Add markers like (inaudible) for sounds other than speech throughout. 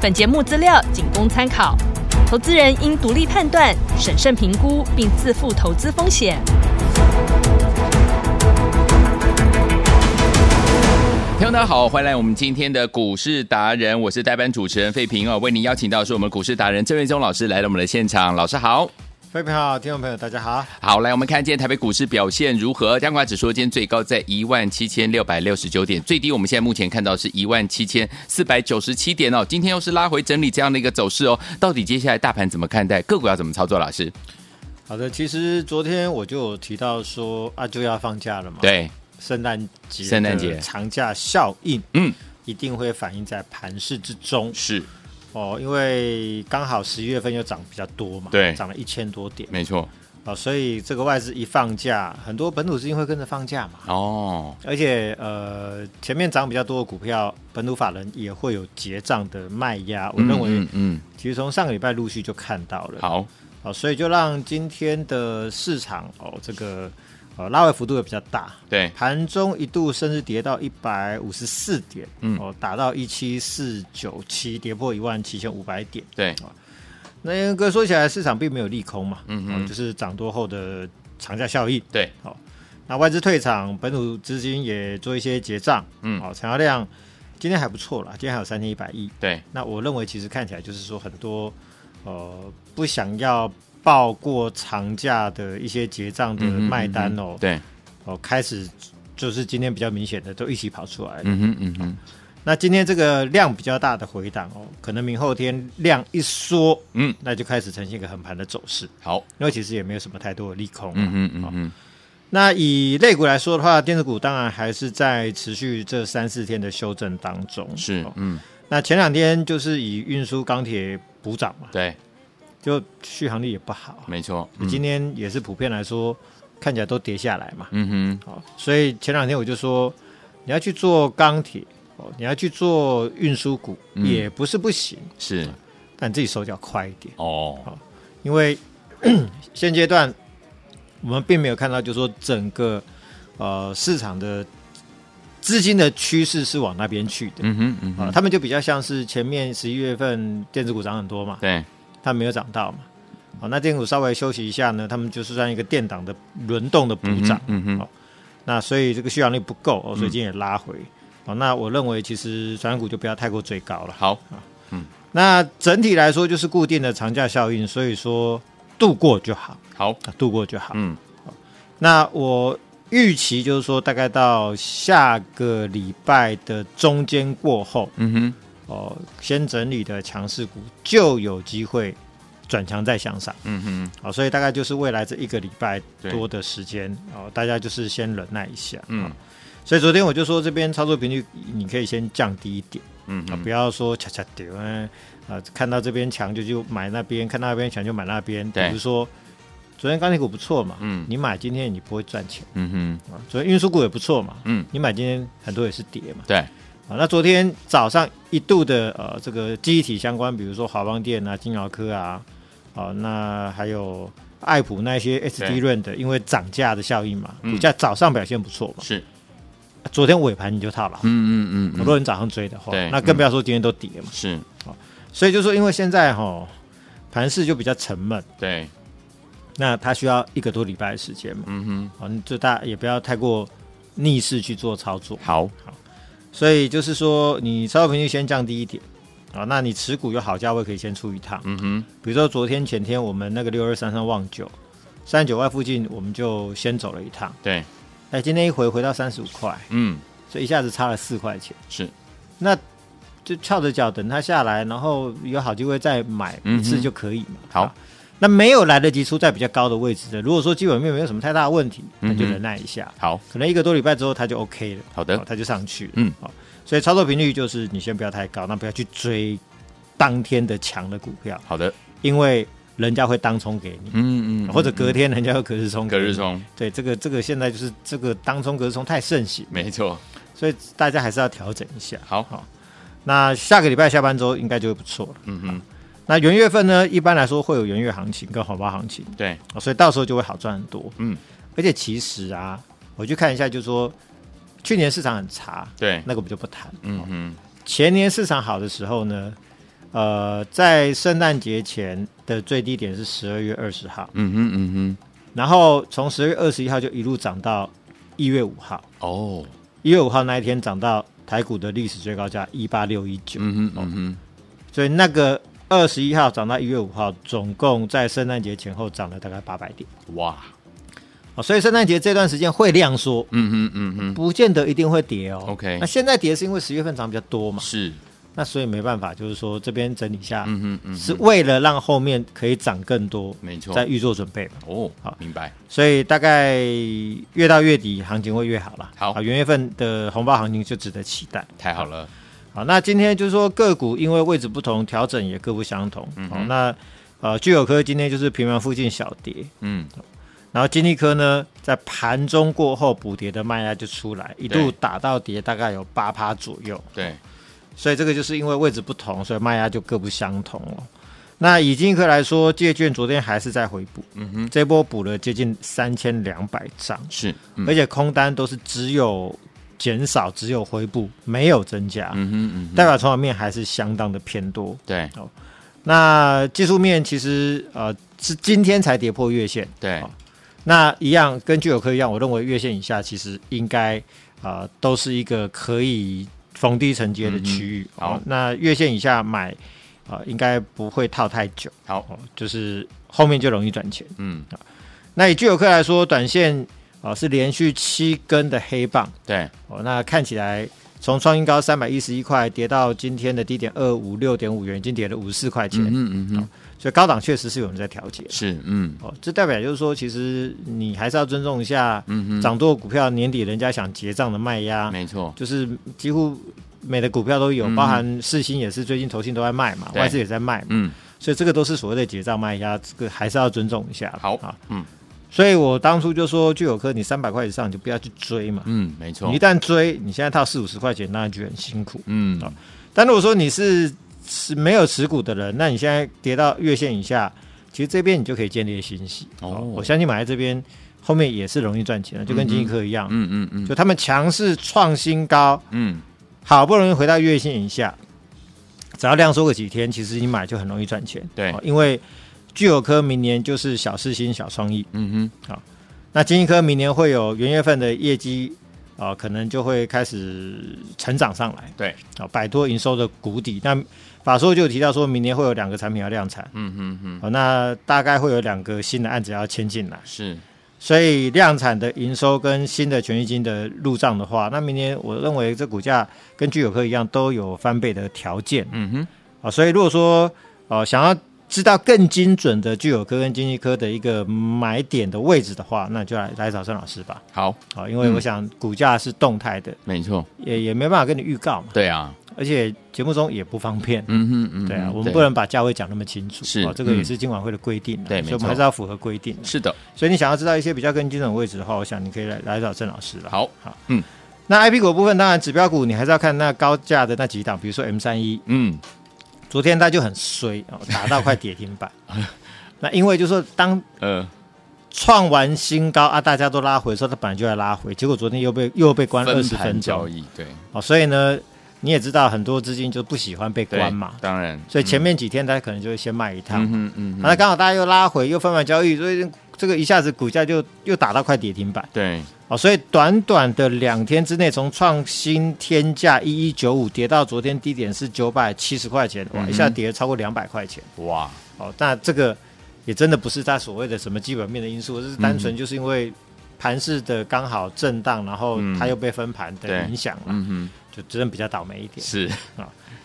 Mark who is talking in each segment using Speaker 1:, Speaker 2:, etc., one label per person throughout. Speaker 1: 本节目资料仅供参考，投资人应独立判断、审慎评估，并自负投资风险。
Speaker 2: 听众大家好，欢迎来我们今天的股市达人，我是代班主持人费平哦，为您邀请到是我们股市达人郑瑞宗老师来到我们的现场，老师好。
Speaker 3: 飞平好，听众朋友大家好。
Speaker 2: 好，来我们看今天台北股市表现如何？加权指数今天最高在一万七千六百六十九点，最低我们现在目前看到是一万七千四百九十七点哦。今天又是拉回整理这样的一个走势哦，到底接下来大盘怎么看待？个股要怎么操作？老师，
Speaker 3: 好的，其实昨天我就有提到说啊，就要放假了嘛，，
Speaker 2: 对，
Speaker 3: 圣诞节、
Speaker 2: 圣诞节
Speaker 3: 长假效应，
Speaker 2: 嗯，
Speaker 3: 一定会反映在盘市之中
Speaker 2: 是
Speaker 3: 哦，因为刚好十一月份又涨比较多嘛，
Speaker 2: 对
Speaker 3: 涨了一千多点
Speaker 2: 没错
Speaker 3: 哦，所以这个外资一放假，很多本土资金会跟着放假嘛，
Speaker 2: 哦，
Speaker 3: 而且呃，前面涨比较多的股票，本土法人也会有结账的卖压，我认为
Speaker 2: 嗯嗯
Speaker 3: 其实从上个礼拜陆续就看到了
Speaker 2: 嗯，，好，
Speaker 3: 哦，所以就让今天的市场哦，这个呃拉回幅度也比较大，
Speaker 2: 对，
Speaker 3: 盘中一度甚至跌到一百五十四点，
Speaker 2: 嗯
Speaker 3: 哦，打到一七四九七，跌破一万七千五百点。
Speaker 2: 对，
Speaker 3: 那严格说起来，市场并没有利空嘛，
Speaker 2: 嗯
Speaker 3: 哦
Speaker 2: 嗯
Speaker 3: 就是涨多后的长假效应。
Speaker 2: 对，
Speaker 3: 那外资退场，本土资金也做一些结账，
Speaker 2: 嗯
Speaker 3: 哦，成交量今天还不错啦，今天还有三千一百亿，
Speaker 2: 对，
Speaker 3: 那我认为其实看起来就是说很多呃不想要报过长假的一些结账的
Speaker 2: 嗯嗯
Speaker 3: 卖单哦，
Speaker 2: 对，嗯
Speaker 3: 哦开始就是今天比较明显的都一起跑出来了。
Speaker 2: 嗯哼嗯哼，
Speaker 3: 那今天这个量比较大的回档哦，可能明后天量一缩，
Speaker 2: 嗯，
Speaker 3: 那就开始呈现一个横盘的走势，
Speaker 2: 好，
Speaker 3: 因为其实也没有什么太多的利空、啊
Speaker 2: 嗯哼嗯哼，
Speaker 3: 那以类股来说的话，电子股当然还是在持续这三四天的修正当中。
Speaker 2: 是
Speaker 3: 哦，
Speaker 2: 嗯，
Speaker 3: 那前两天就是以运输、钢铁补涨嘛，
Speaker 2: 对，
Speaker 3: 就续航力也不好，
Speaker 2: 没错，嗯
Speaker 3: 今天也是普遍来说看起来都跌下来嘛。
Speaker 2: 嗯哼，
Speaker 3: 好，所以前两天我就说，你要去做钢铁，哦，你要去做运输股、
Speaker 2: 嗯
Speaker 3: 也不是不行，
Speaker 2: 是
Speaker 3: 但自己手脚快一点，
Speaker 2: 哦，
Speaker 3: 因为 (coughs) 现阶段我们并没有看到，就说整个呃市场的资金的趋势是往那边去的。
Speaker 2: 嗯哼嗯
Speaker 3: 啊、
Speaker 2: 哼，
Speaker 3: 他们就比较像是前面十一月份电子股涨很多嘛，
Speaker 2: 对，
Speaker 3: 它没有涨到嘛。好，那电股稍微休息一下呢，他们就是算一个电档的轮动的补
Speaker 2: 嗯哼
Speaker 3: 涨，
Speaker 2: 嗯哼
Speaker 3: 好，那所以这个续航力不够哦，所以今天也拉回。好，那我认为其实传染股就不要太过追高了。
Speaker 2: 好，
Speaker 3: 那整体来说就是固定的长假效应，所以说度过就好，
Speaker 2: 好，
Speaker 3: 啊，度过就好。
Speaker 2: 嗯，
Speaker 3: 那我预期就是说，大概到下个礼拜的中间过后，
Speaker 2: 嗯哼，
Speaker 3: 哦，先整理的强势股就有机会转强再向上。
Speaker 2: 嗯哼，
Speaker 3: 好，哦所以大概就是未来这一个礼拜
Speaker 2: 对
Speaker 3: 多的时间哦，大家就是先忍耐一下。
Speaker 2: 嗯
Speaker 3: 哦，所以昨天我就说，这边操作频率你可以先降低一点
Speaker 2: 嗯
Speaker 3: 啊，
Speaker 2: 哼，
Speaker 3: 不要说恰恰丢啊，呃看到这边强就就买那边，看到那边强就买那边。比
Speaker 2: 对
Speaker 3: 如说，昨天钢铁股不错嘛，
Speaker 2: 嗯
Speaker 3: 你买今天你不会赚钱
Speaker 2: 嗯哼，
Speaker 3: 啊。昨天运输股也不错嘛，
Speaker 2: 嗯，
Speaker 3: 你买今天很多也是跌嘛。
Speaker 2: 对，
Speaker 3: 啊，那昨天早上一度的呃这个机体相关，比如说华邦电啊、金豪科啊，啊、那还有爱普那些 SD 润的，因为涨价的效应嘛，
Speaker 2: 嗯
Speaker 3: 股价早上表现不错嘛，
Speaker 2: 是，
Speaker 3: 昨天尾盘你就套牢，
Speaker 2: 嗯嗯
Speaker 3: 很
Speaker 2: 嗯嗯，
Speaker 3: 多人早上追的话
Speaker 2: 对，
Speaker 3: 那更不要说今天都跌嘛，
Speaker 2: 是，
Speaker 3: 所以就说因为现在哈盘势就比较沉闷，
Speaker 2: 对，
Speaker 3: 那它需要一个多礼拜的时间嘛，
Speaker 2: 嗯
Speaker 3: 啊、你就大家也不要太过逆势去做操作
Speaker 2: 哼，。好，
Speaker 3: 所以就是说，你操作频率先降低一点啊，那你持股有好价位可以先出一趟。
Speaker 2: 嗯哼，
Speaker 3: 比如说昨天、前天我们那个六二三三望九，三十九块附近我们就先走了一趟。
Speaker 2: 对，
Speaker 3: 哎，今天一回回到三十五块，
Speaker 2: 嗯，
Speaker 3: 所以一下子差了四块钱。
Speaker 2: 是，
Speaker 3: 那就翘着脚等它下来，然后有好机会再买
Speaker 2: 嗯哼
Speaker 3: 一次就可以嘛。
Speaker 2: 好
Speaker 3: 啊那没有来得及出在比较高的位置的，如果说基本面没有什么太大的问题，那
Speaker 2: 嗯
Speaker 3: 就
Speaker 2: 哼
Speaker 3: 忍耐一下，
Speaker 2: 好，
Speaker 3: 可能一个多礼拜之后它就 OK 了。
Speaker 2: 好
Speaker 3: 哦
Speaker 2: 的，
Speaker 3: 它就上去了。
Speaker 2: 嗯
Speaker 3: 好、所以操作频率就是你先不要太高，那不要去追当天的强的股票，
Speaker 2: 好的，
Speaker 3: 因为人家会当冲给你，
Speaker 2: 嗯嗯，嗯
Speaker 3: 或者隔天人家又隔日冲给
Speaker 2: 隔
Speaker 3: 你，
Speaker 2: 日冲，
Speaker 3: 对，这个这个现在就是这个当冲隔日冲太盛行，
Speaker 2: 没错，
Speaker 3: 所以大家还是要调整一下。
Speaker 2: 好
Speaker 3: 好，那下个礼拜下班之后应该就会不错了。
Speaker 2: 嗯哼，
Speaker 3: 那元月份呢，一般来说会有元月行情跟红包行情，
Speaker 2: 对，
Speaker 3: 啊所以到时候就会好赚很多。
Speaker 2: 嗯，
Speaker 3: 而且其实啊，我去看一下，就说去年市场很差，
Speaker 2: 对，
Speaker 3: 那个我们就不谈。
Speaker 2: 嗯哼，
Speaker 3: 前年市场好的时候呢，呃，在圣诞节前的最低点是十二月二十号，
Speaker 2: 嗯哼嗯
Speaker 3: 然后从十二月二十一号就一路涨到一月五号，
Speaker 2: 哼，哦，
Speaker 3: 一月五号那一天涨到台股的历史最高价一八六一九，
Speaker 2: 嗯哼嗯哼，
Speaker 3: 所以那个二十一号涨到一月五号，总共在圣诞节前后涨了大概八百点。
Speaker 2: 哇，
Speaker 3: 哦，所以圣诞节这段时间会量缩，
Speaker 2: 嗯哼嗯哼，
Speaker 3: 不见得一定会跌哦。
Speaker 2: OK
Speaker 3: 那现在跌是因为十月份涨比较多嘛，
Speaker 2: 是，
Speaker 3: 那所以没办法，就是说这边整理一下，
Speaker 2: 嗯哼嗯哼，
Speaker 3: 是为了让后面可以涨更多，
Speaker 2: 没错
Speaker 3: 在预做准备嘛。
Speaker 2: 哦，
Speaker 3: 好
Speaker 2: 明白，
Speaker 3: 所以大概越到月底行情会越好啦。
Speaker 2: 好
Speaker 3: 啊元月份的红包行情就值得期待。
Speaker 2: 太好了，
Speaker 3: 好，那今天就是说个股因为位置不同，调整也各不相同。
Speaker 2: 嗯
Speaker 3: 好、那呃，聚友科今天就是平盘附近小跌，
Speaker 2: 嗯，
Speaker 3: 然后金利科呢，在盘中过后补跌的卖压就出来，一度
Speaker 2: 对
Speaker 3: 打到跌大概有八趴左右，
Speaker 2: 对，
Speaker 3: 所以这个就是因为位置不同，所以卖压就各不相同哦。那以金利科来说，借券昨天还是在回补，
Speaker 2: 嗯哼，
Speaker 3: 这波补了接近三千两百张，
Speaker 2: 是，嗯
Speaker 3: 而且空单都是只有减少，只有回补，没有增加，
Speaker 2: 嗯哼嗯哼，
Speaker 3: 代表筹码面还是相当的偏多。
Speaker 2: 对
Speaker 3: 那技术面其实呃是今天才跌破月线，
Speaker 2: 对
Speaker 3: 好，那一样跟聚友科一样，我认为月线以下其实应该啊、呃都是一个可以逢低承接的区域。
Speaker 2: 嗯
Speaker 3: 哦
Speaker 2: 哼好
Speaker 3: 那月线以下买啊、呃应该不会套太久
Speaker 2: 好，
Speaker 3: 哦，就是后面就容易赚钱。
Speaker 2: 嗯，
Speaker 3: 那以聚友科来说，短线啊、呃是连续七根的黑棒
Speaker 2: 对，
Speaker 3: 哦，那看起来。从创新高三百一十一块跌到今天的低点二五六点五元，已经跌了五十四块
Speaker 2: 嗯
Speaker 3: 钱，
Speaker 2: 哼嗯哼，
Speaker 3: 所以高档确实是有人在调节。
Speaker 2: 是，嗯
Speaker 3: 哦，这代表就是说，其实你还是要尊重一下，
Speaker 2: 嗯哼，
Speaker 3: 涨多的股票年底人家想结账的卖压，
Speaker 2: 没错，
Speaker 3: 啊就是几乎每的股票都有，
Speaker 2: 嗯
Speaker 3: 包含世新也是最近投信都在卖嘛，
Speaker 2: 对
Speaker 3: 外资也在卖嘛，
Speaker 2: 嗯，
Speaker 3: 所以这个都是所谓的结账卖压，这个还是要尊重一下。
Speaker 2: 好
Speaker 3: 啊，，
Speaker 2: 嗯
Speaker 3: 所以我当初就说，具有科你三百块以上你就不要去追嘛，
Speaker 2: 嗯，没错
Speaker 3: 你一，旦追，你现在套四五十块钱，那就很辛苦。
Speaker 2: 嗯，
Speaker 3: 但如果说你是持没有持股的人，那你现在跌到月线以下，其实这边你就可以建立信息。
Speaker 2: 哦
Speaker 3: 我相信买在这边后面也是容易赚钱的，就跟金一科一样，
Speaker 2: 嗯嗯嗯，
Speaker 3: 就他们强势创新高，
Speaker 2: 嗯，
Speaker 3: 好不容易回到月线以下，只要量缩个几天，其实你买就很容易赚钱。
Speaker 2: 对
Speaker 3: 哦因为聚友科明年就是小世新、小创意，
Speaker 2: 嗯
Speaker 3: 那金一科明年会有元月份的业绩。啊、可能就会开始成长上来
Speaker 2: 哼，。对，
Speaker 3: 啊，摆脱营收的谷底。那法说就有提到说明年会有两个产品要量产，
Speaker 2: 嗯哼哼，
Speaker 3: 哦，那大概会有两个新的案子要签进来，
Speaker 2: 是，
Speaker 3: 所以量产的营收跟新的权益金的入账的话，那明年我认为这股价跟聚友科一样都有翻倍的条件啊、
Speaker 2: 嗯哼，
Speaker 3: 所以如果说呃想要知道更精准的聚友科跟经济科的一个买点的位置的话，那就来来找郑老师吧。
Speaker 2: 好，
Speaker 3: 啊、因为
Speaker 2: 嗯
Speaker 3: 我想股价是动态的，
Speaker 2: 没错，
Speaker 3: 也也没办法跟你预告嘛，
Speaker 2: 对啊，
Speaker 3: 而且节目中也不方便。
Speaker 2: 嗯哼嗯，
Speaker 3: 对啊，我们不能把价位讲那么清楚，
Speaker 2: 是
Speaker 3: 哦、这个也
Speaker 2: 嗯
Speaker 3: 是金管会的规定、啊
Speaker 2: 对没
Speaker 3: 所以我
Speaker 2: 错
Speaker 3: 们还是要符合规定、啊。
Speaker 2: 是的，
Speaker 3: 所以你想要知道一些比较更精准的位置的话，我想你可以来来找郑老师了。，
Speaker 2: 好，
Speaker 3: 那 I P 股的部分，当然指标股你还是要看那高价的那几档，比如说 M 三一，
Speaker 2: 嗯，
Speaker 3: 昨天它就很衰哦，打到快跌
Speaker 2: (laughs)
Speaker 3: 停板。那因为就是说，当
Speaker 2: 呃，
Speaker 3: 创完新高啊，大家都拉回的时候，它本来就要拉回，结果昨天又被又被关二
Speaker 2: 分
Speaker 3: 十
Speaker 2: 盘
Speaker 3: 分
Speaker 2: 交
Speaker 3: 钟
Speaker 2: 易，对，
Speaker 3: 哦，所以呢，你也知道很多资金就不喜欢被
Speaker 2: 对
Speaker 3: 关嘛，，
Speaker 2: 当然，
Speaker 3: 所以前面几天它可能就会先卖一趟。
Speaker 2: 嗯嗯
Speaker 3: 啊，那刚好大家又拉回，又分盘交易，所以这个一下子股价就又打到快跌停板
Speaker 2: 对，
Speaker 3: 哦。所以短短的两天之内，从创新天价一一九五跌到昨天低点是九百七十块钱，哇，
Speaker 2: 嗯哼
Speaker 3: 一下跌了超过两百块钱
Speaker 2: 哇，
Speaker 3: 哦。那这个也真的不是它所谓的什么基本面的因素，这是单纯就是因为盘势的刚好震荡，然后
Speaker 2: 嗯
Speaker 3: 它又被分盘的
Speaker 2: 对
Speaker 3: 影响了，
Speaker 2: 嗯哼，
Speaker 3: 就真的比较倒霉一点。
Speaker 2: 是，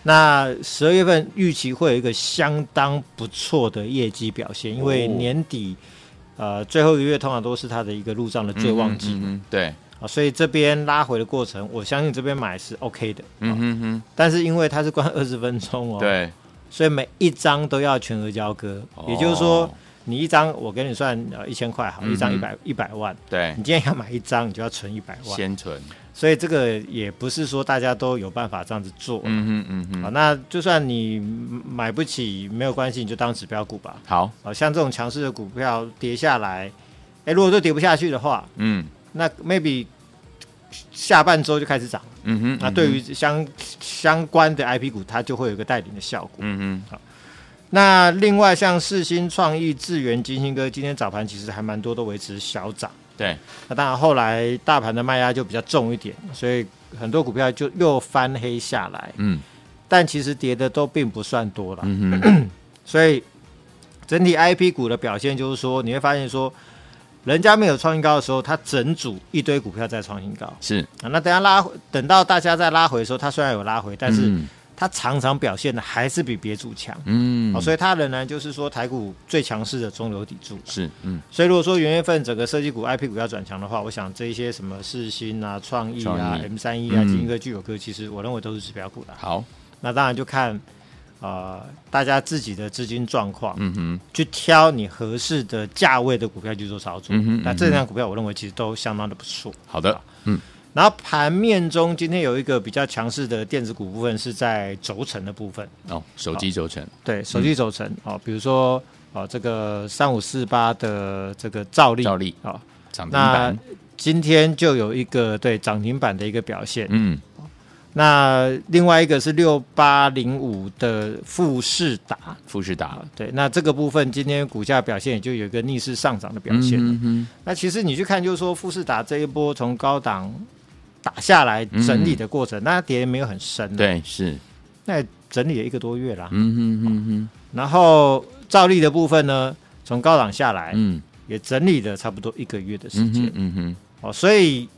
Speaker 3: 那十二月份预期会有一个相当不错的业绩表现，因为
Speaker 2: 哦
Speaker 3: 年底、呃最后一个月通常都是它的一个入账的最旺季、
Speaker 2: 嗯，对，
Speaker 3: 啊，所以这边拉回的过程，我相信这边买是 OK 的。
Speaker 2: 嗯哼哼，
Speaker 3: 但是因为它是关二十分钟哦，
Speaker 2: 对，
Speaker 3: 所以每一张都要全额交割。
Speaker 2: 哦
Speaker 3: 也就是说，你一张我给你算呃一千块好，
Speaker 2: 嗯
Speaker 3: 一张一百一百万，
Speaker 2: 对
Speaker 3: 你，今天要买一张，你就要存一百万。
Speaker 2: 先存，
Speaker 3: 所以这个也不是说大家都有办法这样子做。
Speaker 2: 嗯哼嗯
Speaker 3: 好，
Speaker 2: 哼，
Speaker 3: 那就算你买不起没有关系，你就当指标股吧。
Speaker 2: 好，
Speaker 3: 好像这种强势的股票跌下来，哎，如果都跌不下去的话，
Speaker 2: 嗯
Speaker 3: 那 maybe 下半周就开始涨。
Speaker 2: 嗯哼，
Speaker 3: 那对于相相关的 IP 股，它就会有一个带领的效果。
Speaker 2: 嗯哼，
Speaker 3: 那另外像世新、创意、智源、金星哥，今天早盘其实还蛮多都维持小涨。
Speaker 2: 对，
Speaker 3: 那当然后来大盘的卖压就比较重一点，所以很多股票就又翻黑下来，
Speaker 2: 嗯
Speaker 3: 但其实跌的都并不算多了。
Speaker 2: 嗯哼，
Speaker 3: 所以整体 IP 股的表现就是说，你会发现说，人家没有创新高的时候，它整组一堆股票在创新高。
Speaker 2: (coughs) 是，
Speaker 3: 啊，那等下拉回，等到大家再拉回的时候，它虽然有拉回，但是
Speaker 2: 嗯
Speaker 3: 它常常表现的还是比别组强。
Speaker 2: 嗯
Speaker 3: 哦，所以它仍然就是说台股最强势的中流砥柱。
Speaker 2: 是，嗯，
Speaker 3: 所以如果说元月份整个设计股、IP 股要转强的话，我想这一些什么世新啊、创意啊
Speaker 2: 创、意
Speaker 3: M 三一啊、
Speaker 2: 嗯
Speaker 3: 金科、聚友科，其实我认为都是指标股啦。
Speaker 2: 好，
Speaker 3: 那当然就看呃大家自己的资金状况，
Speaker 2: 嗯哼，
Speaker 3: 去挑你合适的价位的股票去做操作。
Speaker 2: 嗯哼嗯
Speaker 3: 那
Speaker 2: 哼
Speaker 3: 这两股票我认为其实都相当的不错。
Speaker 2: 好的，嗯
Speaker 3: 然后盘面中今天有一个比较强势的电子股部分是在轴承的部分，
Speaker 2: 哦，手机轴承，
Speaker 3: 对手机轴承
Speaker 2: 嗯
Speaker 3: 哦，比如说哦这个三五四八的这个照例
Speaker 2: 照例
Speaker 3: 哦，
Speaker 2: 涨停
Speaker 3: 那
Speaker 2: 板，
Speaker 3: 今天就有一个对涨停板的一个表现。
Speaker 2: 嗯，
Speaker 3: 那另外一个是六八零五的富士达，哦
Speaker 2: 富士达
Speaker 3: 对，那这个部分今天股价表现也就有一个逆势上涨的表现。
Speaker 2: 嗯哼，
Speaker 3: 那其实你去看，就是说富士达这一波从高档打下来整理的过程，那跌没有很深、啊，，
Speaker 2: 对，是，
Speaker 3: 那整理了一个多月啦。
Speaker 2: 嗯哼哼哼，
Speaker 3: 然后照例的部分呢，从高档下来、
Speaker 2: 嗯
Speaker 3: 也整理了差不多一个月的时
Speaker 2: 嗯
Speaker 3: 间、
Speaker 2: 哼嗯哼，
Speaker 3: 哦，所以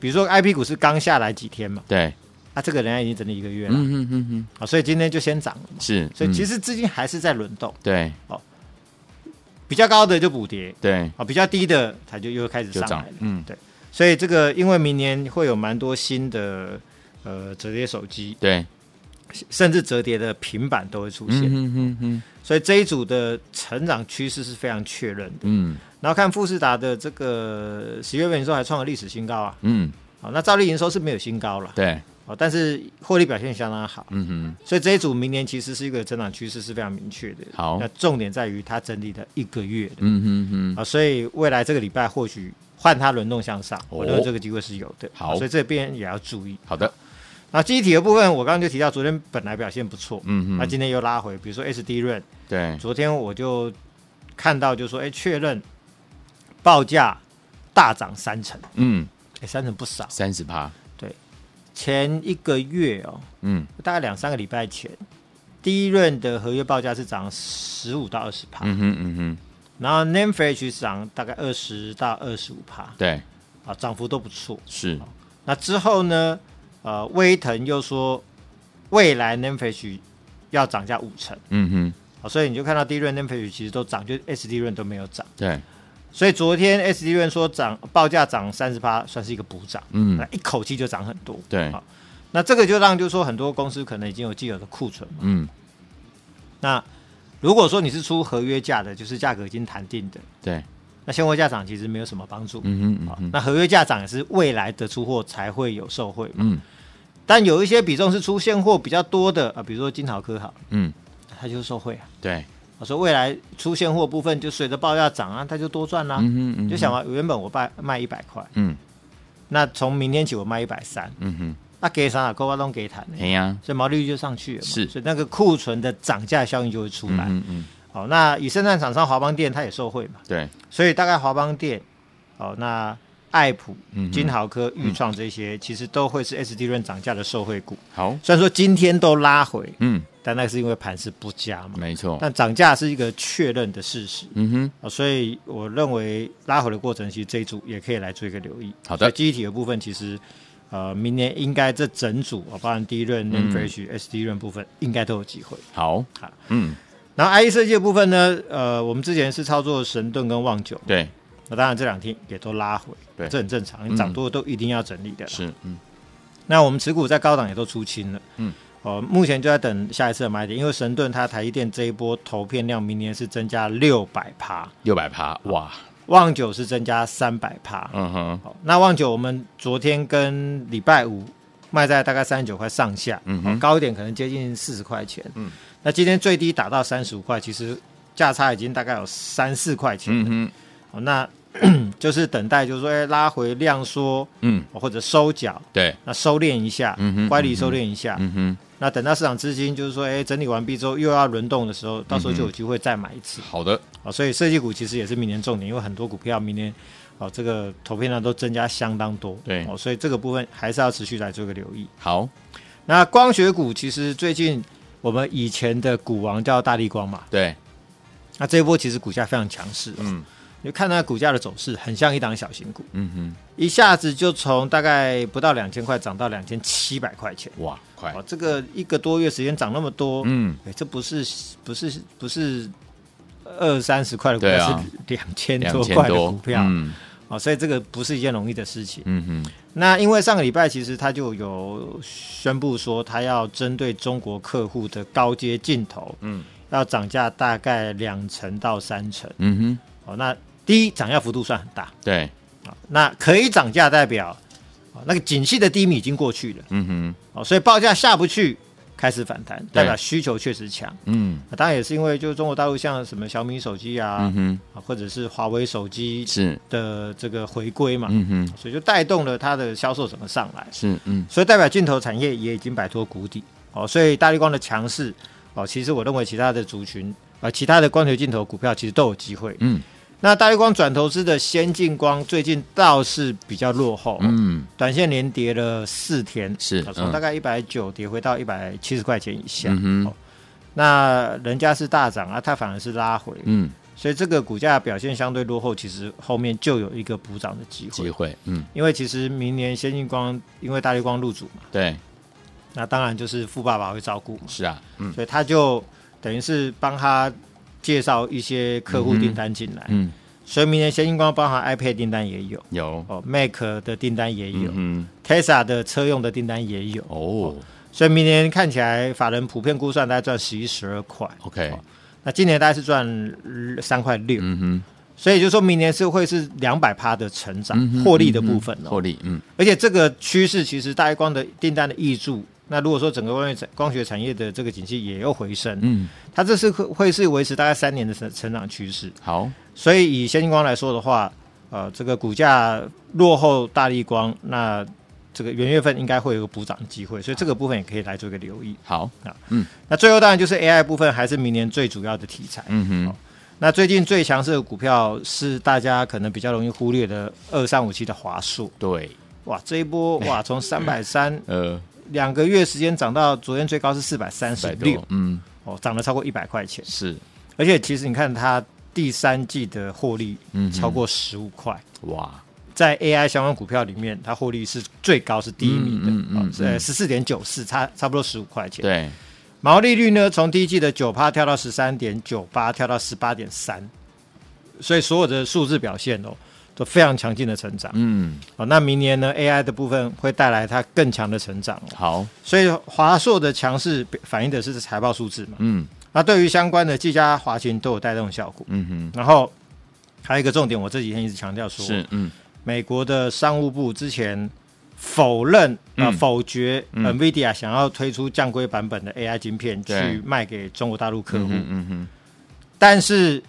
Speaker 3: 比如说 I P 股是刚下来几天嘛，
Speaker 2: 对，
Speaker 3: 啊，这个人家已经整理一个月了，
Speaker 2: 嗯哼哼哼，
Speaker 3: 哦，所以今天就先涨了嘛，
Speaker 2: 是，
Speaker 3: 所以其
Speaker 2: 实
Speaker 3: 实资金还是在轮动，
Speaker 2: 对
Speaker 3: 比较高的就补跌，
Speaker 2: 对
Speaker 3: 啊、比较低的它就又开始
Speaker 2: 就
Speaker 3: 上
Speaker 2: 涨
Speaker 3: 来了，，
Speaker 2: 嗯
Speaker 3: 所以这个因为明年会有蛮多新的呃折叠手机，
Speaker 2: 对，
Speaker 3: 甚至折叠的平板都会出现，
Speaker 2: 嗯哼哼哼，
Speaker 3: 所以这一组的成长趋势是非常确认的。
Speaker 2: 嗯
Speaker 3: 然后看富士达的这个十月份营收还创了历史新高啊，
Speaker 2: 嗯
Speaker 3: 好，那照例营收是没有新高了，
Speaker 2: 对，
Speaker 3: 好，但是获利表现相当好，
Speaker 2: 嗯哼
Speaker 3: 所以这一组明年其实是一个增长趋势是非常明确的。
Speaker 2: 好
Speaker 3: 那重点在于它整理了一个月的
Speaker 2: 嗯哼哼。
Speaker 3: 啊，所以未来这个礼拜或许换它轮动向上，我认为
Speaker 2: 哦
Speaker 3: 这个机会是有的。哦
Speaker 2: 好
Speaker 3: 所以这边也要注意。
Speaker 2: 好的，
Speaker 3: 那机体的部分，我刚刚就提到，昨天本来表现不错，
Speaker 2: 嗯
Speaker 3: 那
Speaker 2: 哼，
Speaker 3: 今天又拉回。比如说 SD 润，
Speaker 2: 对，
Speaker 3: 昨天我就看到就说，哎，确认报价大涨三成，
Speaker 2: 嗯，
Speaker 3: 哎，三成不少。
Speaker 2: 三十趴，
Speaker 3: 前一个月哦，
Speaker 2: 嗯
Speaker 3: 大概两三个礼拜前，第一润的合约报价是涨十五到二十趴，
Speaker 2: 嗯哼嗯哼，
Speaker 3: 然后 Name Fetch 是涨大概二十到二十五趴，
Speaker 2: 对，
Speaker 3: 啊，涨幅都不错。
Speaker 2: 是，
Speaker 3: 那之后呢，呃，威腾又说未来 Name Fetch 要涨价五成。
Speaker 2: 嗯哼，
Speaker 3: 啊，所以你就看到第一轮 n a m p a g e 其实都涨，就是 SD 润都没有涨。
Speaker 2: 对，
Speaker 3: 所以昨天 SD 润说涨，报价涨三十八，算是一个补涨，
Speaker 2: 嗯
Speaker 3: 那一口气就涨很多。
Speaker 2: 对
Speaker 3: 好，那这个就让就是说很多公司可能已经有既有的库存嘛。
Speaker 2: 嗯
Speaker 3: 那如果说你是出合约价的，就是价格已经谈定的，
Speaker 2: 对，
Speaker 3: 那现货价涨其实没有什么帮助。
Speaker 2: 嗯哼嗯
Speaker 3: 好
Speaker 2: 哼，
Speaker 3: 那合约价涨也是未来的出货才会有受惠嘛。
Speaker 2: 嗯
Speaker 3: 但有一些比重是出现货比较多的啊，比如说金豪科好，
Speaker 2: 嗯，
Speaker 3: 它就是受惠啊。
Speaker 2: 对，
Speaker 3: 我说未来出现货部分就随着报价涨啊，它就多赚啦、
Speaker 2: 嗯哼嗯哼，
Speaker 3: 就想嘛，原本我卖卖一百块，
Speaker 2: 嗯
Speaker 3: 那从明天起我卖一百三，
Speaker 2: 嗯哼，
Speaker 3: 那给啥够啊都给谈，
Speaker 2: 哎呀，
Speaker 3: 所以毛利率就上去了嘛。
Speaker 2: 是
Speaker 3: 所以那个库存的涨价效应就会出
Speaker 2: 嗯
Speaker 3: 来。
Speaker 2: 嗯嗯，
Speaker 3: 好，那以生产厂商华邦店它也受惠嘛，
Speaker 2: 对，
Speaker 3: 所以大概华邦店，哦，那爱普
Speaker 2: 嗯、哼
Speaker 3: 金豪科、裕创这些，其实都会是 SD 润涨价的受惠股。
Speaker 2: 好，
Speaker 3: 虽然说今天都拉回，
Speaker 2: 嗯，
Speaker 3: 但那是因为盘势不佳嘛，
Speaker 2: 没错，
Speaker 3: 但涨价是一个确认的事实。
Speaker 2: 嗯哼，
Speaker 3: 啊，所以我认为拉回的过程，其实这一组也可以来做一个留意。
Speaker 2: 好的
Speaker 3: 所以记忆体的部分，其实呃，明年应该这整组啊，包含第一轮
Speaker 2: 嗯
Speaker 3: n a m e f r e s h SD 轮部分，应该都有机会。
Speaker 2: 好
Speaker 3: 好，
Speaker 2: 嗯，
Speaker 3: 然后 IE 设计的部分呢，呃，我们之前是操作神盾跟旺九，
Speaker 2: 对，
Speaker 3: 那当然这两天也都拉回，
Speaker 2: 对
Speaker 3: 这很正常，
Speaker 2: 嗯
Speaker 3: 涨多都一定要整理的啦。
Speaker 2: 是，嗯
Speaker 3: 那我们持股在高档也都出清了，
Speaker 2: 嗯，
Speaker 3: 哦，目前就在等下一次的买点，因为神盾它台积电这一波投片量明年是增加六百趴，
Speaker 2: 六百趴，哇，
Speaker 3: 旺九是增加三百趴。
Speaker 2: 嗯哼，
Speaker 3: 好，那旺九我们昨天跟礼拜五卖在大概三十九块上下，
Speaker 2: 嗯哼
Speaker 3: 哦高一点可能接近四十块钱，
Speaker 2: 嗯，
Speaker 3: 那今天最低打到三十五块，其实价差已经大概有三四块钱
Speaker 2: 嗯
Speaker 3: 了，
Speaker 2: 哼，
Speaker 3: 哦那 (coughs) 就是等待，就是说，哎、拉回量缩
Speaker 2: 嗯，
Speaker 3: 哦或者收脚，
Speaker 2: 对，
Speaker 3: 那收敛一下，
Speaker 2: 嗯哼
Speaker 3: 乖离收敛一下，
Speaker 2: 嗯哼，
Speaker 3: 那等到市场资金就是说，哎，整理完毕之后又要轮动的时候，到时候就有机会再买一次啊、
Speaker 2: 好的，
Speaker 3: 哦所以设计股其实也是明年重点，因为很多股票明年哦这个投片量都增加相当多，
Speaker 2: 对
Speaker 3: 哦，所以这个部分还是要持续来做个留意。
Speaker 2: 好，
Speaker 3: 那光学股其实最近我们以前的股王叫大力光嘛，
Speaker 2: 对，
Speaker 3: 那这一波其实股价非常强势、哦，
Speaker 2: 嗯
Speaker 3: 你看它股价的走势很像一档小型股，
Speaker 2: 嗯
Speaker 3: 一下子就从大概不到两千块涨到两千七百块钱。
Speaker 2: 哼，哇，快
Speaker 3: 哦，，这个一个多月时间涨那么多，
Speaker 2: 嗯，
Speaker 3: 哎，这不是不是不是二三十块的股
Speaker 2: 对
Speaker 3: 票，
Speaker 2: 啊
Speaker 3: 是两千
Speaker 2: 两
Speaker 3: 多
Speaker 2: 千
Speaker 3: 块的
Speaker 2: 多
Speaker 3: 股票、
Speaker 2: 嗯
Speaker 3: 哦，所以这个不是一件容易的事情。
Speaker 2: 嗯哼，
Speaker 3: 那因为上个礼拜其实他就有宣布说，他要针对中国客户的高阶镜头，
Speaker 2: 嗯，
Speaker 3: 要涨价大概两成到三成。
Speaker 2: 嗯哼，
Speaker 3: 哦，那第一涨价幅度算很大，哦
Speaker 2: 对，
Speaker 3: 那可以涨价代表、哦、那个景气的低迷已经过去了，
Speaker 2: 嗯哼，
Speaker 3: 哦，所以报价下不去，开始反弹，
Speaker 2: 对
Speaker 3: 代表需求确实强。
Speaker 2: 嗯
Speaker 3: 啊当然也是因为就是中国大陆像什么小米手机啊，
Speaker 2: 嗯哼，
Speaker 3: 啊或者是华为手机
Speaker 2: 是，
Speaker 3: 的这个回归嘛，
Speaker 2: 嗯哼，
Speaker 3: 所以就带动了它的销售整个上来，
Speaker 2: 是，嗯
Speaker 3: 所以代表镜头产业也已经摆脱谷底哦，所以大力光的强势哦，其实我认为其他的族群啊，其他的光学镜头股票其实都有机会。
Speaker 2: 嗯
Speaker 3: 那大力光转投资的先进光最近倒是比较落后，
Speaker 2: 嗯，
Speaker 3: 短线连跌了四天，
Speaker 2: 是
Speaker 3: 啊从、
Speaker 2: 嗯
Speaker 3: 大概一百九跌回到一百七十块钱以下。
Speaker 2: 嗯哼
Speaker 3: 哦那人家是大涨啊，它反而是拉回，
Speaker 2: 嗯，
Speaker 3: 所以这个股价表现相对落后，其实后面就有一个补涨的机
Speaker 2: 机
Speaker 3: 会。
Speaker 2: 会，嗯，
Speaker 3: 因为其实明年先进光因为大力光入主嘛，
Speaker 2: 对，
Speaker 3: 那当然就是富爸爸会照顾嘛，
Speaker 2: 是啊，嗯
Speaker 3: 所以他就等于是帮他介绍一些客户
Speaker 2: 嗯哼
Speaker 3: 订单进来，
Speaker 2: 嗯，
Speaker 3: 所以明年先进光包含 iPad 订单也有，
Speaker 2: 有，
Speaker 3: 哦，Mac 的订单也有、
Speaker 2: 嗯
Speaker 3: t e s l a 的车用的订单也有
Speaker 2: 哼，，哦
Speaker 3: 所以明年看起来法人普遍估算大概赚十一十二块，
Speaker 2: ，OK，
Speaker 3: 那今年大概是赚三块六，
Speaker 2: 嗯哼，
Speaker 3: 所以就说明年是会是两百趴的成长
Speaker 2: 嗯哼，
Speaker 3: 获利的部分
Speaker 2: 嗯哼
Speaker 3: 哦
Speaker 2: 获。利，嗯
Speaker 3: 而且这个趋势其实大力光的订单的益注，那如果说整个光学光学产业的这个景气也又回升，
Speaker 2: 嗯，
Speaker 3: 它这是会会是维持大概三年的成成长趋势。
Speaker 2: 好，
Speaker 3: 所以以先进光来说的话，呃，这个股价落后大力光，那这个元月份应该会有个补涨机会，所以这个部分也可以来做一个留意。
Speaker 2: 好，
Speaker 3: 那最后当然就是 AI 部分还是明年最主要的题材。
Speaker 2: 嗯哼，
Speaker 3: 那最近最强势的股票是大家可能比较容易忽略的二三五七的华硕，
Speaker 2: 对，
Speaker 3: 哇，这一波
Speaker 2: 哎
Speaker 3: 哇从三百三
Speaker 2: 呃，
Speaker 3: 两个月时间涨到昨天最高是四百三十
Speaker 2: 百
Speaker 3: 六
Speaker 2: 多，，嗯，
Speaker 3: 哦，涨了超过一百块钱。
Speaker 2: 是，
Speaker 3: 而且其实你看它第三季的获利
Speaker 2: 嗯哼
Speaker 3: 超过十五块，
Speaker 2: 哇，
Speaker 3: 在 AI 相关股票里面，它获利是最高是第一名的，
Speaker 2: 嗯嗯嗯
Speaker 3: 哦是呃十四点九四，差差不多十五块钱。
Speaker 2: 对，
Speaker 3: 毛利率呢，从第一季的九趴跳到十三点九八，跳到十八点三，所以所有的数字表现哦。都非常强劲的成长
Speaker 2: 嗯，
Speaker 3: 哦，那明年呢 AI 的部分会带来它更强的成长哦，
Speaker 2: 好，
Speaker 3: 所以华硕的强势反映的是财报数字嘛，
Speaker 2: 嗯
Speaker 3: 那对于相关的技嘉、华勤都有带动效果。
Speaker 2: 嗯哼，
Speaker 3: 然后还有一个重点，我这几天一直强调说，
Speaker 2: 是，嗯
Speaker 3: 美国的商务部之前否认呃、
Speaker 2: 嗯
Speaker 3: 否决
Speaker 2: 嗯
Speaker 3: NVIDIA 想要推出降规版本的 AI 晶片
Speaker 2: 对
Speaker 3: 去卖给中国大陆客户，
Speaker 2: 嗯哼嗯哼，
Speaker 3: 但是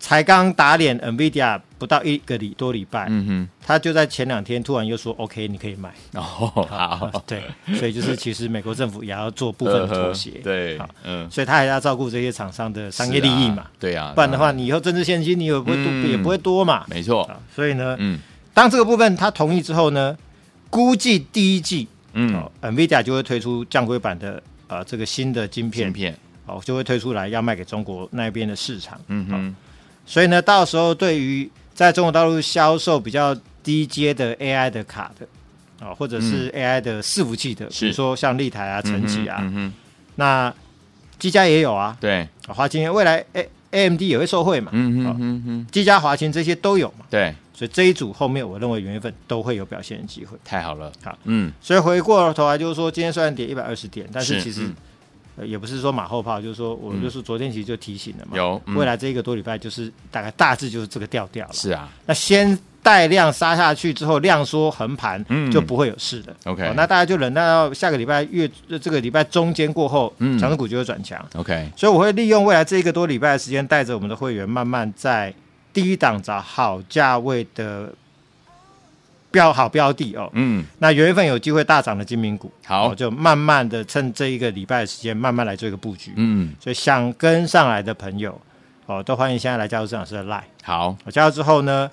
Speaker 3: 才刚打脸 NVIDIA 不到一个礼多礼拜，
Speaker 2: 嗯哼。
Speaker 3: 他就在前两天突然又说 OK 你可以买，
Speaker 2: 哦，好，
Speaker 3: (laughs) 对，所以就是其实美国政府也要做部分的妥协
Speaker 2: 呃， (laughs) 对
Speaker 3: 好，
Speaker 2: 嗯，
Speaker 3: 所以他还要照顾这些厂商的商业利益嘛
Speaker 2: 是啊，对啊，
Speaker 3: 不然的
Speaker 2: 当
Speaker 3: 话，你以后政治现金你也不会多，
Speaker 2: 嗯
Speaker 3: 也不会多嘛
Speaker 2: 然，没错，
Speaker 3: 啊，所以呢，
Speaker 2: 嗯
Speaker 3: 当这个部分他同意之后呢，估计第一季
Speaker 2: 嗯
Speaker 3: 哦，，NVIDIA 就会推出降规版的呃这个新的晶片
Speaker 2: 片片，
Speaker 3: 哦，就会推出来要卖给中国那边的市场，
Speaker 2: 嗯哼，
Speaker 3: 所以呢，到时候对于在中国大陆销售比较低阶的 AI 的卡的。啊，或者是 AI 的伺服器的，
Speaker 2: 嗯是
Speaker 3: 比如说像立台啊、
Speaker 2: 嗯
Speaker 3: 晨
Speaker 2: 哼
Speaker 3: 起啊，
Speaker 2: 嗯哼，那
Speaker 3: 那技嘉也有啊，
Speaker 2: 对，
Speaker 3: 啊华金未来 A AMD 也会受惠嘛，
Speaker 2: 嗯
Speaker 3: 哦
Speaker 2: 哼嗯哼，
Speaker 3: 技嘉、华勤这些都有嘛。
Speaker 2: 对，
Speaker 3: 所以这一组后面我认为元月份都会有表现的机会。
Speaker 2: 太好了，
Speaker 3: 好
Speaker 2: 嗯，
Speaker 3: 所以回过头来就是说，今天虽然跌一百二十点，但是
Speaker 2: 是
Speaker 3: 其实、
Speaker 2: 嗯
Speaker 3: 呃也不是说马后炮，就是说我就是昨天其实就提醒了嘛，
Speaker 2: 有嗯
Speaker 3: 未来这一个多礼拜就是大概大致就是这个调调了。
Speaker 2: 是啊，
Speaker 3: 那先带量杀下去之后，量缩横盘，
Speaker 2: 嗯
Speaker 3: 就不会有事的。哦
Speaker 2: OK
Speaker 3: 那大家就忍耐到下个礼拜月呃这个礼拜中间过后，
Speaker 2: 嗯
Speaker 3: 强势股就会转强。
Speaker 2: ，OK，
Speaker 3: 所以我会利用未来这一个多礼拜的时间，带着我们的会员慢慢在低档找好价位的标好标的哦。
Speaker 2: 嗯，
Speaker 3: 那元月份有机会大涨的精明股，
Speaker 2: 好
Speaker 3: 哦就慢慢的趁这一个礼拜的时间，慢慢来做一个布局。
Speaker 2: 嗯，
Speaker 3: 所以想跟上来的朋友，哦，都欢迎现在来加入郑老师的 Line。
Speaker 2: 好，
Speaker 3: 我加入之后呢，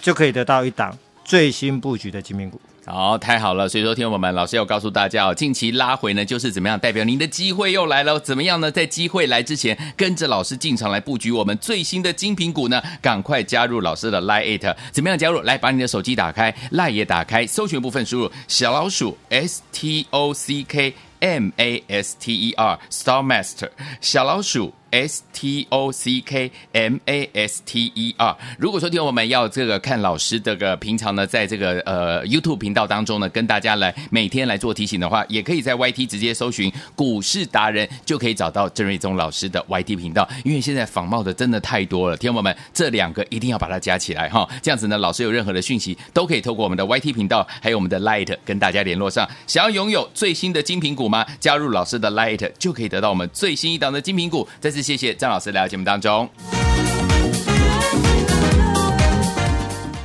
Speaker 3: 就可以得到一档最新布局的精品股。
Speaker 2: 好，太好了！所以说，听众朋友们，老师要告诉大家哦，近期拉回呢，就是怎么样，代表您的机会又来了。怎么样呢？在机会来之前，跟着老师进场来布局我们最新的精品股呢，赶快加入老师的 Line It。怎么样加入？来，把你的手机打开，Line 也打开，搜寻部分输入小老鼠 S T O C K。M A S T E R Star Master 小老鼠 S T O C K M A S T E R。如果说听我们要这个看老师这个平常呢，在这个呃 YouTube 频道当中呢，跟大家来每天来做提醒的话，也可以在 YT 直接搜寻“股市达人”，就可以找到郑瑞宗老师的 YT 频道。因为现在仿冒的真的太多了，听我们这两个一定要把它加起来哈。这样子呢，老师有任何的讯息都可以透过我们的 YT 频道，还有我们的 Light 跟大家联络上。想要拥有最新的精品股吗？加入老师的 Light 就可以得到我们最新一档的精品股。再次谢谢张老师来到节目当中。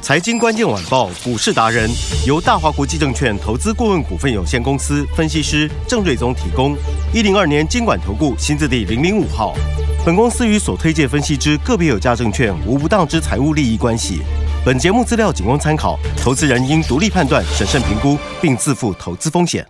Speaker 4: 财经关键晚报股市达人由大华国际证券投资顾问股份有限公司分析师郑瑞宗提供。一零二年经管投顾新字第零零五号。本公司与所推介分析之个别有价证券无不当之财务利益关系。本节目资料仅供参考，投资人应独立判断、审慎评估，并自负投资风险。